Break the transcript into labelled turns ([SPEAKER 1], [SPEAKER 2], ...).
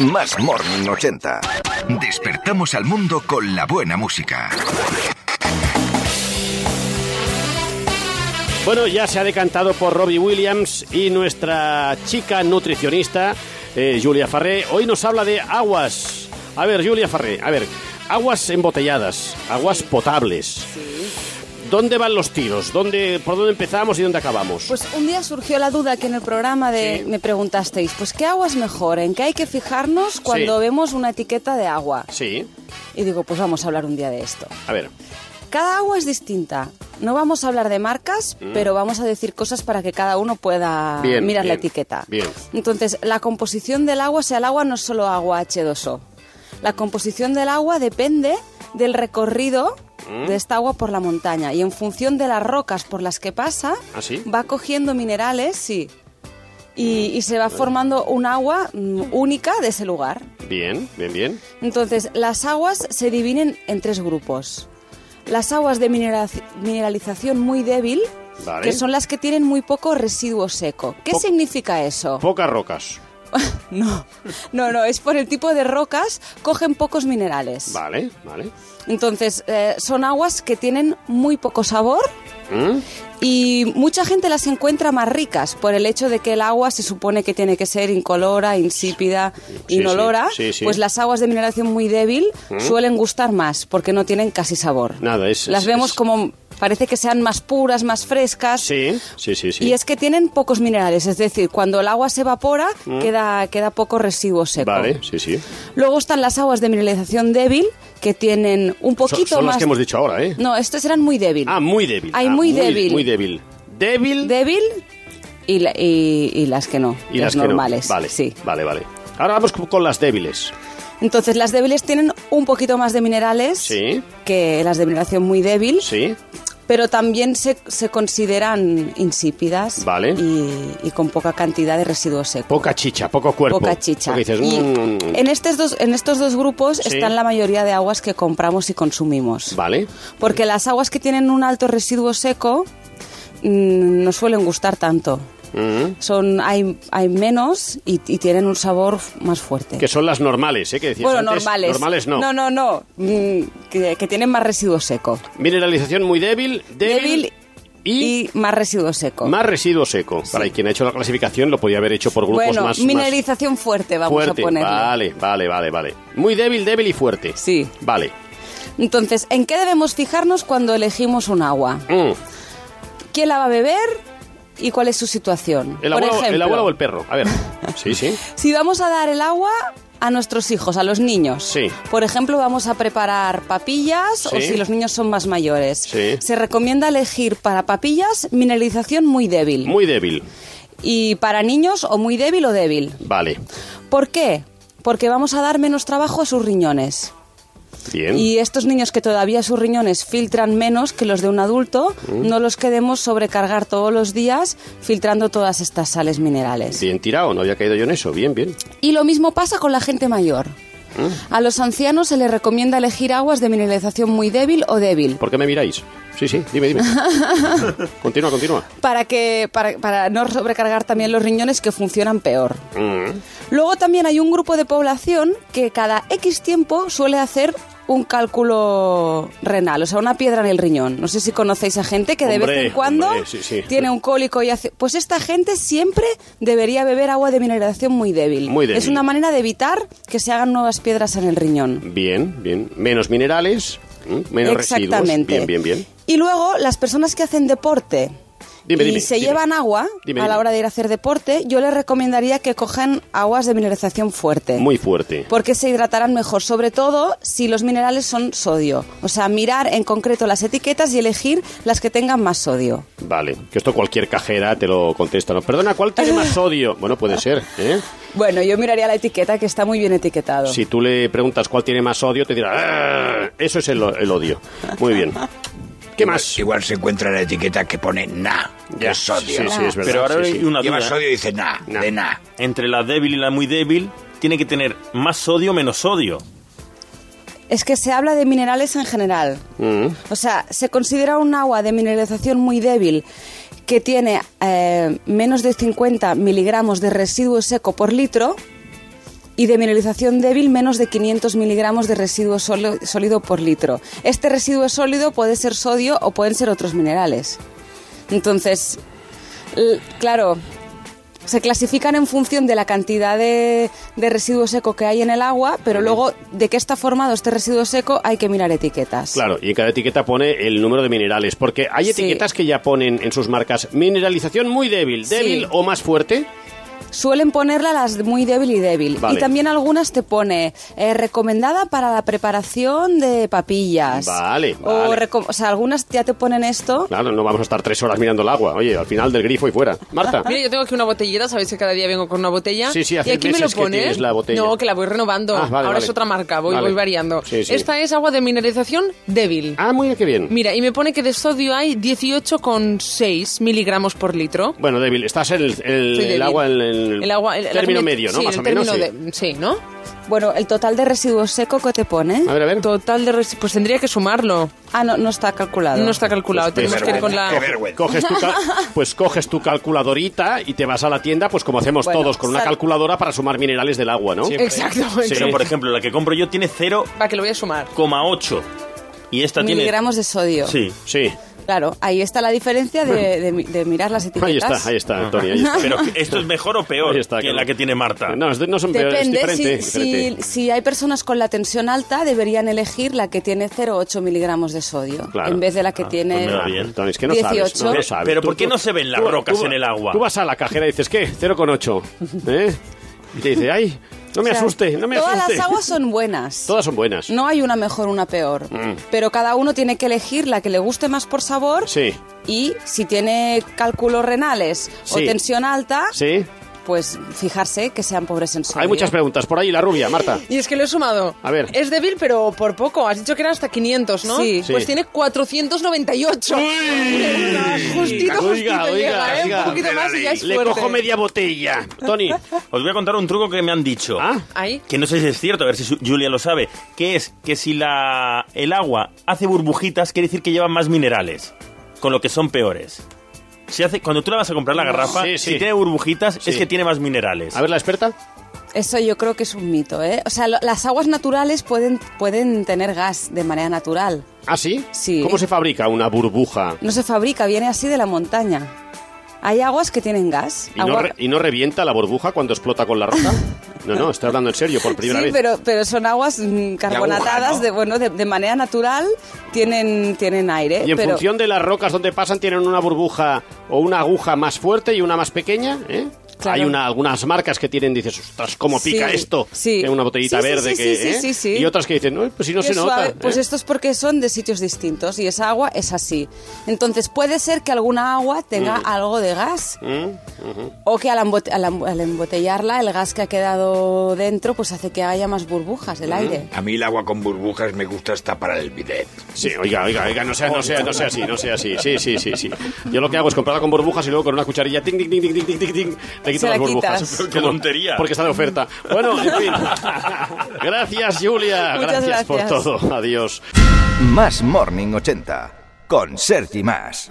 [SPEAKER 1] Más Morning 80.
[SPEAKER 2] Despertamos al mundo con la buena música.
[SPEAKER 3] Bueno, ya se ha decantado por Robbie Williams y nuestra chica nutricionista, eh, Julia Farré, hoy nos habla de aguas. A ver, Julia Farré, a ver, aguas embotelladas, aguas potables. ¿Dónde van los tiros? ¿Dónde, ¿Por dónde empezamos y dónde acabamos?
[SPEAKER 4] Pues un día surgió la duda que en el programa de me preguntasteis, pues qué agua es mejor, en qué hay que fijarnos cuando
[SPEAKER 3] Sí.
[SPEAKER 4] vemos una etiqueta de agua.
[SPEAKER 3] Sí,
[SPEAKER 4] Y digo, pues vamos a hablar un día de esto.
[SPEAKER 3] a ver.
[SPEAKER 4] Cada agua es distinta. No vamos a hablar de marcas, pero vamos a decir cosas para que cada uno pueda
[SPEAKER 3] Mm. Bien,
[SPEAKER 4] mirar la
[SPEAKER 3] bien,
[SPEAKER 4] etiqueta.
[SPEAKER 3] bien.
[SPEAKER 4] Entonces, la composición del agua, o sea, el agua no es solo agua H2O. La composición del agua depende del recorrido
[SPEAKER 3] Mm.
[SPEAKER 4] de esta agua por la montaña y en función de las rocas por las que pasa,
[SPEAKER 3] ¿Ah, sí?
[SPEAKER 4] va cogiendo minerales, sí. Y, y se va formando un agua mm, única de ese lugar.
[SPEAKER 3] Bien, bien, bien.
[SPEAKER 4] Entonces, las aguas se dividen en tres grupos. Las aguas de minera- mineralización muy débil,
[SPEAKER 3] Vale.
[SPEAKER 4] que son las que tienen muy poco residuo seco. ¿Qué
[SPEAKER 3] Po-
[SPEAKER 4] significa eso?
[SPEAKER 3] Pocas rocas.
[SPEAKER 4] no, no, no, es por el tipo de rocas, cogen pocos minerales.
[SPEAKER 3] Vale, vale.
[SPEAKER 4] Entonces, eh, son aguas que tienen muy poco sabor
[SPEAKER 3] ¿Mm?
[SPEAKER 4] y mucha gente las encuentra más ricas por el hecho de que el agua se supone que tiene que ser incolora, insípida,
[SPEAKER 3] Sí,
[SPEAKER 4] inolora,
[SPEAKER 3] sí, sí, sí. Mm.
[SPEAKER 4] pues las aguas de mineración muy débil suelen gustar más porque no tienen casi sabor.
[SPEAKER 3] Nada, es-
[SPEAKER 4] Las
[SPEAKER 3] es-
[SPEAKER 4] vemos
[SPEAKER 3] es-
[SPEAKER 4] como parece que sean más puras, más frescas.
[SPEAKER 3] Sí, sí, sí, sí.
[SPEAKER 4] Y es que tienen pocos minerales, es decir, cuando el agua se evapora queda, queda poco residuo seco.
[SPEAKER 3] Mm. Vale, sí, sí.
[SPEAKER 4] Luego están las aguas de mineralización débil, que tienen un
[SPEAKER 3] So-
[SPEAKER 4] poquito
[SPEAKER 3] son
[SPEAKER 4] más...
[SPEAKER 3] las que hemos dicho ahora, ¿eh?
[SPEAKER 4] No, estas eran muy débil.
[SPEAKER 3] Ah, muy débil.
[SPEAKER 4] Ay,
[SPEAKER 3] Ah,
[SPEAKER 4] muy débil.
[SPEAKER 3] Muy débil. Débil,
[SPEAKER 4] débil y, la- y- y las que no,
[SPEAKER 3] y las
[SPEAKER 4] las,
[SPEAKER 3] que no.
[SPEAKER 4] normales.
[SPEAKER 3] Vale,
[SPEAKER 4] sí.
[SPEAKER 3] Vale, vale. Ahora vamos con con las débiles.
[SPEAKER 4] Entonces las débiles tienen un poquito más de minerales
[SPEAKER 3] Sí.
[SPEAKER 4] que las de mineración muy débil,
[SPEAKER 3] Sí.
[SPEAKER 4] pero también se, se consideran insípidas
[SPEAKER 3] Vale.
[SPEAKER 4] y, y con poca cantidad de residuos secos.
[SPEAKER 3] Poca chicha, poco cuerpo.
[SPEAKER 4] Poca chicha.
[SPEAKER 3] Porque dices,
[SPEAKER 4] Y
[SPEAKER 3] mm,
[SPEAKER 4] en, estos dos, en estos dos grupos
[SPEAKER 3] Sí.
[SPEAKER 4] están la mayoría de aguas que compramos y consumimos.
[SPEAKER 3] Vale.
[SPEAKER 4] Porque las aguas que tienen un alto residuo seco mm, no suelen gustar tanto.
[SPEAKER 3] Mm.
[SPEAKER 4] son hay, hay menos y, y tienen un sabor más fuerte.
[SPEAKER 3] Que son las normales, ¿eh? Que decías
[SPEAKER 4] bueno,
[SPEAKER 3] antes,
[SPEAKER 4] normales.
[SPEAKER 3] Normales no.
[SPEAKER 4] No, no, no. Mm, que, que tienen más residuo seco.
[SPEAKER 3] Mineralización muy débil, débil,
[SPEAKER 4] Débil
[SPEAKER 3] y,
[SPEAKER 4] Y, más residuo seco.
[SPEAKER 3] más residuo seco. Para quien ha hecho la clasificación lo podía haber hecho por grupos
[SPEAKER 4] bueno,
[SPEAKER 3] más, más
[SPEAKER 4] mineralización fuerte, vamos
[SPEAKER 3] fuerte.
[SPEAKER 4] a ponerle.
[SPEAKER 3] Vale, vale, vale, vale. Muy débil, débil y fuerte.
[SPEAKER 4] Sí.
[SPEAKER 3] Vale.
[SPEAKER 4] Entonces, ¿en qué debemos fijarnos cuando elegimos un agua?
[SPEAKER 3] Mm.
[SPEAKER 4] ¿Quién la va a beber y cuál es su situación?
[SPEAKER 3] El,
[SPEAKER 4] Por
[SPEAKER 3] abuelo,
[SPEAKER 4] ejemplo,
[SPEAKER 3] el abuelo o el perro. A ver. Sí, sí.
[SPEAKER 4] Si vamos a dar el agua a nuestros hijos, a los niños.
[SPEAKER 3] Sí.
[SPEAKER 4] Por ejemplo, vamos a preparar papillas
[SPEAKER 3] Sí.
[SPEAKER 4] o si los niños son más mayores.
[SPEAKER 3] Sí.
[SPEAKER 4] Se recomienda elegir para papillas mineralización muy débil.
[SPEAKER 3] Muy débil.
[SPEAKER 4] Y para niños o muy débil o débil.
[SPEAKER 3] Vale.
[SPEAKER 4] ¿Por qué? Porque vamos a dar menos trabajo a sus riñones.
[SPEAKER 3] Bien.
[SPEAKER 4] Y estos niños que todavía sus riñones filtran menos que los de un adulto,
[SPEAKER 3] Mm.
[SPEAKER 4] no los queremos sobrecargar todos los días filtrando todas estas sales minerales.
[SPEAKER 3] Bien tirado, no había caído yo en eso. Bien, bien.
[SPEAKER 4] Y lo mismo pasa con la gente mayor.
[SPEAKER 3] Mm.
[SPEAKER 4] A los ancianos se les recomienda elegir aguas de mineralización muy débil o débil
[SPEAKER 3] ¿Por qué me miráis? Sí, sí, dime, dime. continúa, continúa.
[SPEAKER 4] para, que, para, para no sobrecargar también los riñones que funcionan peor.
[SPEAKER 3] Mm.
[SPEAKER 4] Luego también hay un grupo de población que cada X tiempo suele hacer un cálculo renal, o sea, una piedra en el riñón. No sé si conocéis a gente que de
[SPEAKER 3] Hombre,
[SPEAKER 4] vez en cuando
[SPEAKER 3] hombre, sí, sí.
[SPEAKER 4] tiene un cólico y hace... Pues esta gente siempre debería beber agua de mineralización muy débil.
[SPEAKER 3] Muy débil.
[SPEAKER 4] Es una manera de evitar que se hagan nuevas piedras en el riñón.
[SPEAKER 3] Bien, bien. Menos minerales, mm, menos residuos.
[SPEAKER 4] Exactamente.
[SPEAKER 3] Bien, bien, bien.
[SPEAKER 4] Y luego, las personas que hacen deporte
[SPEAKER 3] Dime,
[SPEAKER 4] y
[SPEAKER 3] dime,
[SPEAKER 4] se
[SPEAKER 3] dime.
[SPEAKER 4] llevan agua
[SPEAKER 3] Dime,
[SPEAKER 4] a la
[SPEAKER 3] dime.
[SPEAKER 4] hora de ir a hacer deporte, yo les recomendaría que cojan aguas de mineralización fuerte.
[SPEAKER 3] Muy fuerte.
[SPEAKER 4] porque se hidratarán mejor, sobre todo si los minerales son sodio. O sea, mirar en concreto las etiquetas y elegir las que tengan más sodio.
[SPEAKER 3] Vale, que esto cualquier cajera te lo contesta. ¿no? Perdona, ¿cuál tiene más sodio? Bueno, puede ser, ¿eh?
[SPEAKER 4] Bueno, yo miraría la etiqueta que está muy bien etiquetado.
[SPEAKER 3] Si tú le preguntas cuál tiene más sodio, te dirá... "Ah, Eso es el, el odio. Muy bien. ¿Qué más?
[SPEAKER 2] Pues Igual se encuentra la etiqueta que pone na, que es sodio.
[SPEAKER 3] Sí, sí, es verdad.
[SPEAKER 5] Pero ahora
[SPEAKER 3] sí,
[SPEAKER 5] hay
[SPEAKER 3] sí.
[SPEAKER 5] una
[SPEAKER 2] Lleva
[SPEAKER 5] duda.
[SPEAKER 2] sodio y dice na,
[SPEAKER 3] Na.
[SPEAKER 2] de na.
[SPEAKER 5] Entre la débil y la muy débil, tiene que tener más sodio o menos sodio.
[SPEAKER 4] Es que se habla de minerales en general.
[SPEAKER 3] Mm.
[SPEAKER 4] O sea, se considera un agua de mineralización muy débil que tiene eh, menos de 50 miligramos de residuo seco por litro y de mineralización débil menos de 500 miligramos de residuo solo- sólido por litro. Este residuo sólido puede ser sodio o pueden ser otros minerales. Entonces, l- claro, se clasifican en función de la cantidad de, de residuo seco que hay en el agua, pero luego de qué está formado este residuo seco hay que mirar etiquetas.
[SPEAKER 3] Claro, y en cada etiqueta pone el número de minerales, porque hay
[SPEAKER 4] Sí.
[SPEAKER 3] etiquetas que ya ponen en sus marcas mineralización muy débil,
[SPEAKER 4] Sí.
[SPEAKER 3] débil o más fuerte.
[SPEAKER 4] Suelen ponerla las de muy débil y débil.
[SPEAKER 3] Vale.
[SPEAKER 4] Y también algunas te pone eh, recomendada para la preparación de papillas.
[SPEAKER 3] Vale,
[SPEAKER 4] O
[SPEAKER 3] vale.
[SPEAKER 4] reco- O, sea, algunas ya te ponen esto.
[SPEAKER 3] Claro, no vamos a estar tres horas mirando el agua. Oye, al final del grifo y fuera. Marta.
[SPEAKER 6] Mira, yo tengo aquí una botellera, sabéis que cada día vengo con una botella.
[SPEAKER 3] ¿Ah? Sí, sí, hace
[SPEAKER 6] y aquí me lo
[SPEAKER 3] meses que
[SPEAKER 6] pone.
[SPEAKER 3] tienes la botella.
[SPEAKER 6] No, que la voy renovando.
[SPEAKER 3] Ah, vale,
[SPEAKER 6] Ahora
[SPEAKER 3] vale.
[SPEAKER 6] es otra marca, voy,
[SPEAKER 3] Vale.
[SPEAKER 6] voy variando.
[SPEAKER 3] Sí, sí.
[SPEAKER 6] Esta es agua de mineralización débil.
[SPEAKER 3] Ah, muy bien, qué bien.
[SPEAKER 6] Mira, y me pone que de sodio hay 18,6 miligramos por litro.
[SPEAKER 3] Bueno, débil, estás en el, el-
[SPEAKER 6] Soy
[SPEAKER 3] el
[SPEAKER 6] débil.
[SPEAKER 3] agua en el,
[SPEAKER 6] El agua, el- la
[SPEAKER 3] término
[SPEAKER 6] combina-
[SPEAKER 3] medio, ¿no?
[SPEAKER 6] Sí,
[SPEAKER 3] Más
[SPEAKER 6] el
[SPEAKER 3] o menos.
[SPEAKER 6] término
[SPEAKER 3] sí.
[SPEAKER 6] de- sí, ¿no?
[SPEAKER 4] Bueno, el total de residuo seco que te pone.
[SPEAKER 3] A ver, a ver.
[SPEAKER 6] Total de resi- pues tendría que sumarlo.
[SPEAKER 4] Ah, no, no está calculado.
[SPEAKER 6] No está calculado.
[SPEAKER 3] Pues
[SPEAKER 6] Tenemos que ir con
[SPEAKER 1] Qué
[SPEAKER 6] la
[SPEAKER 1] vergüenza.
[SPEAKER 3] Coges tu cal- pues coges tu calculadorita y te vas a la tienda, pues como hacemos
[SPEAKER 4] Bueno,
[SPEAKER 3] todos, con una
[SPEAKER 4] sal-
[SPEAKER 3] calculadora para sumar minerales del agua, ¿no?
[SPEAKER 6] Exacto.
[SPEAKER 3] Sí.
[SPEAKER 6] exacto.
[SPEAKER 5] Pero, por ejemplo, la que compro yo tiene 0,8.
[SPEAKER 6] Va, que lo voy a sumar.
[SPEAKER 5] Y esta
[SPEAKER 4] Miligramos de sodio.
[SPEAKER 5] tiene... Sí.
[SPEAKER 3] Sí.
[SPEAKER 4] Claro, ahí está la diferencia de, de mi- de mirar las etiquetas.
[SPEAKER 3] Ahí está, ahí está, Tony, ahí está.
[SPEAKER 5] Pero ¿esto es mejor o peor
[SPEAKER 3] Ahí está,
[SPEAKER 5] que
[SPEAKER 3] claro.
[SPEAKER 5] la que tiene Marta?
[SPEAKER 3] No, es de- no son peores, es
[SPEAKER 4] Depende,
[SPEAKER 3] diferente.
[SPEAKER 4] si,
[SPEAKER 3] diferente.
[SPEAKER 4] si- si hay personas con la tensión alta, deberían elegir la que tiene 0,8 miligramos de sodio,
[SPEAKER 3] Claro. Ah,
[SPEAKER 4] en vez de la que tiene
[SPEAKER 5] pues me va bien.
[SPEAKER 3] Tony, es que no
[SPEAKER 4] 18.
[SPEAKER 3] sabes, no lo sabes.
[SPEAKER 5] Pero
[SPEAKER 3] Tú-
[SPEAKER 5] ¿por qué
[SPEAKER 3] tú-
[SPEAKER 5] no se ven las
[SPEAKER 3] tú-
[SPEAKER 5] rocas
[SPEAKER 3] tú-
[SPEAKER 5] en el agua?
[SPEAKER 3] Tú vas a la cajera y dices, ¿qué? 0,8. ¿Eh? Y te dice, ay, no me
[SPEAKER 4] O sea,
[SPEAKER 3] asuste, no me
[SPEAKER 4] Todas
[SPEAKER 3] asuste.
[SPEAKER 4] las aguas son buenas.
[SPEAKER 3] Todas Mm. son buenas.
[SPEAKER 4] No hay una mejor, una peor. Pero cada uno tiene que elegir la que le guste más por sabor.
[SPEAKER 3] Sí.
[SPEAKER 4] Y si tiene cálculos renales o
[SPEAKER 3] Sí.
[SPEAKER 4] tensión alta,
[SPEAKER 3] Sí.
[SPEAKER 4] pues fijarse que sean pobres en sodio.
[SPEAKER 3] Hay muchas preguntas. Por ahí la rubia, Marta.
[SPEAKER 6] Y es que lo he sumado.
[SPEAKER 3] A ver.
[SPEAKER 6] Es débil, pero por poco. Has dicho que era hasta 500, ¿no?
[SPEAKER 4] Sí.
[SPEAKER 6] Pues
[SPEAKER 3] Sí.
[SPEAKER 6] tiene 498. Justito,
[SPEAKER 3] Oiga,
[SPEAKER 6] justito llega,
[SPEAKER 3] oiga,
[SPEAKER 6] ¿eh?
[SPEAKER 3] oiga.
[SPEAKER 6] Un poquito más y ya es
[SPEAKER 3] Le
[SPEAKER 6] fuerte.
[SPEAKER 3] cojo media botella. Tony.
[SPEAKER 5] Os voy a contar un truco que me han dicho.
[SPEAKER 3] Ah.
[SPEAKER 6] Ahí.
[SPEAKER 5] Que no sé si es cierto, a ver si su- Julia lo sabe. Que es que si la, el agua hace burbujitas, quiere decir que lleva más minerales. Con lo que son peores. Si hace, cuando tú la vas a comprar la garrafa,
[SPEAKER 3] Sí, sí.
[SPEAKER 5] si tiene burbujitas,
[SPEAKER 3] Sí.
[SPEAKER 5] es que tiene más minerales.
[SPEAKER 3] A ver, la experta.
[SPEAKER 4] Eso yo creo que es un mito, ¿eh? O sea, lo- las aguas naturales pueden, pueden tener gas de manera natural.
[SPEAKER 3] ¿Ah, sí?
[SPEAKER 4] Sí.
[SPEAKER 3] ¿Cómo se fabrica una burbuja?
[SPEAKER 4] No se fabrica, viene así de la montaña. Hay aguas que tienen gas.
[SPEAKER 3] ¿Y no,
[SPEAKER 4] agua-
[SPEAKER 3] re- y no revienta la burbuja cuando explota con la roca? No, no, estoy hablando en serio por primera
[SPEAKER 4] sí,
[SPEAKER 3] vez.
[SPEAKER 4] pero, pero son aguas mm, carbonatadas, de,
[SPEAKER 1] ¿no?
[SPEAKER 4] bueno, de, de manera natural tienen, tienen aire.
[SPEAKER 3] Y en
[SPEAKER 4] pero
[SPEAKER 3] función de las rocas donde pasan, tienen una burbuja o una aguja más fuerte y una más pequeña. ¿eh?
[SPEAKER 4] Claro.
[SPEAKER 3] Hay una, algunas marcas que tienen, dices, ostras, cómo pica
[SPEAKER 4] Sí,
[SPEAKER 3] esto.
[SPEAKER 4] sí.
[SPEAKER 3] Que una botellita
[SPEAKER 4] Sí, sí,
[SPEAKER 3] verde
[SPEAKER 4] sí,
[SPEAKER 3] que.
[SPEAKER 4] sí,
[SPEAKER 3] ¿eh?
[SPEAKER 4] sí, sí, sí.
[SPEAKER 3] Y otras que dicen, "Uy, pues si no
[SPEAKER 4] qué
[SPEAKER 3] se nota.
[SPEAKER 4] suave. Pues
[SPEAKER 3] ¿eh?
[SPEAKER 4] esto es porque son de sitios distintos y esa agua es así. Entonces puede ser que alguna agua tenga
[SPEAKER 3] Mm.
[SPEAKER 4] algo de gas o que al, embote- al em- al embotellarla el gas que ha quedado dentro pues hace que haya más burbujas
[SPEAKER 3] Mm.
[SPEAKER 4] el aire.
[SPEAKER 1] A mí el agua con burbujas me gusta hasta para el bidet.
[SPEAKER 3] Sí, oiga, oiga, oiga, no sea, no sea, no sea así, no sea así. Sí, sí, sí, sí. Yo lo que hago es comprarla con burbujas y luego con una cucharilla, ting, ting, ting, ting, ting, ting, ting, ting, le quito
[SPEAKER 4] Se la
[SPEAKER 3] las burbujas.
[SPEAKER 4] quitas.
[SPEAKER 5] Qué tontería.
[SPEAKER 3] Porque está de oferta. Bueno, en fin. Gracias, Julia.
[SPEAKER 4] Muchas
[SPEAKER 3] gracias por
[SPEAKER 4] gracias.
[SPEAKER 3] todo. Adiós.
[SPEAKER 2] Más Morning 80 con Sergi Más.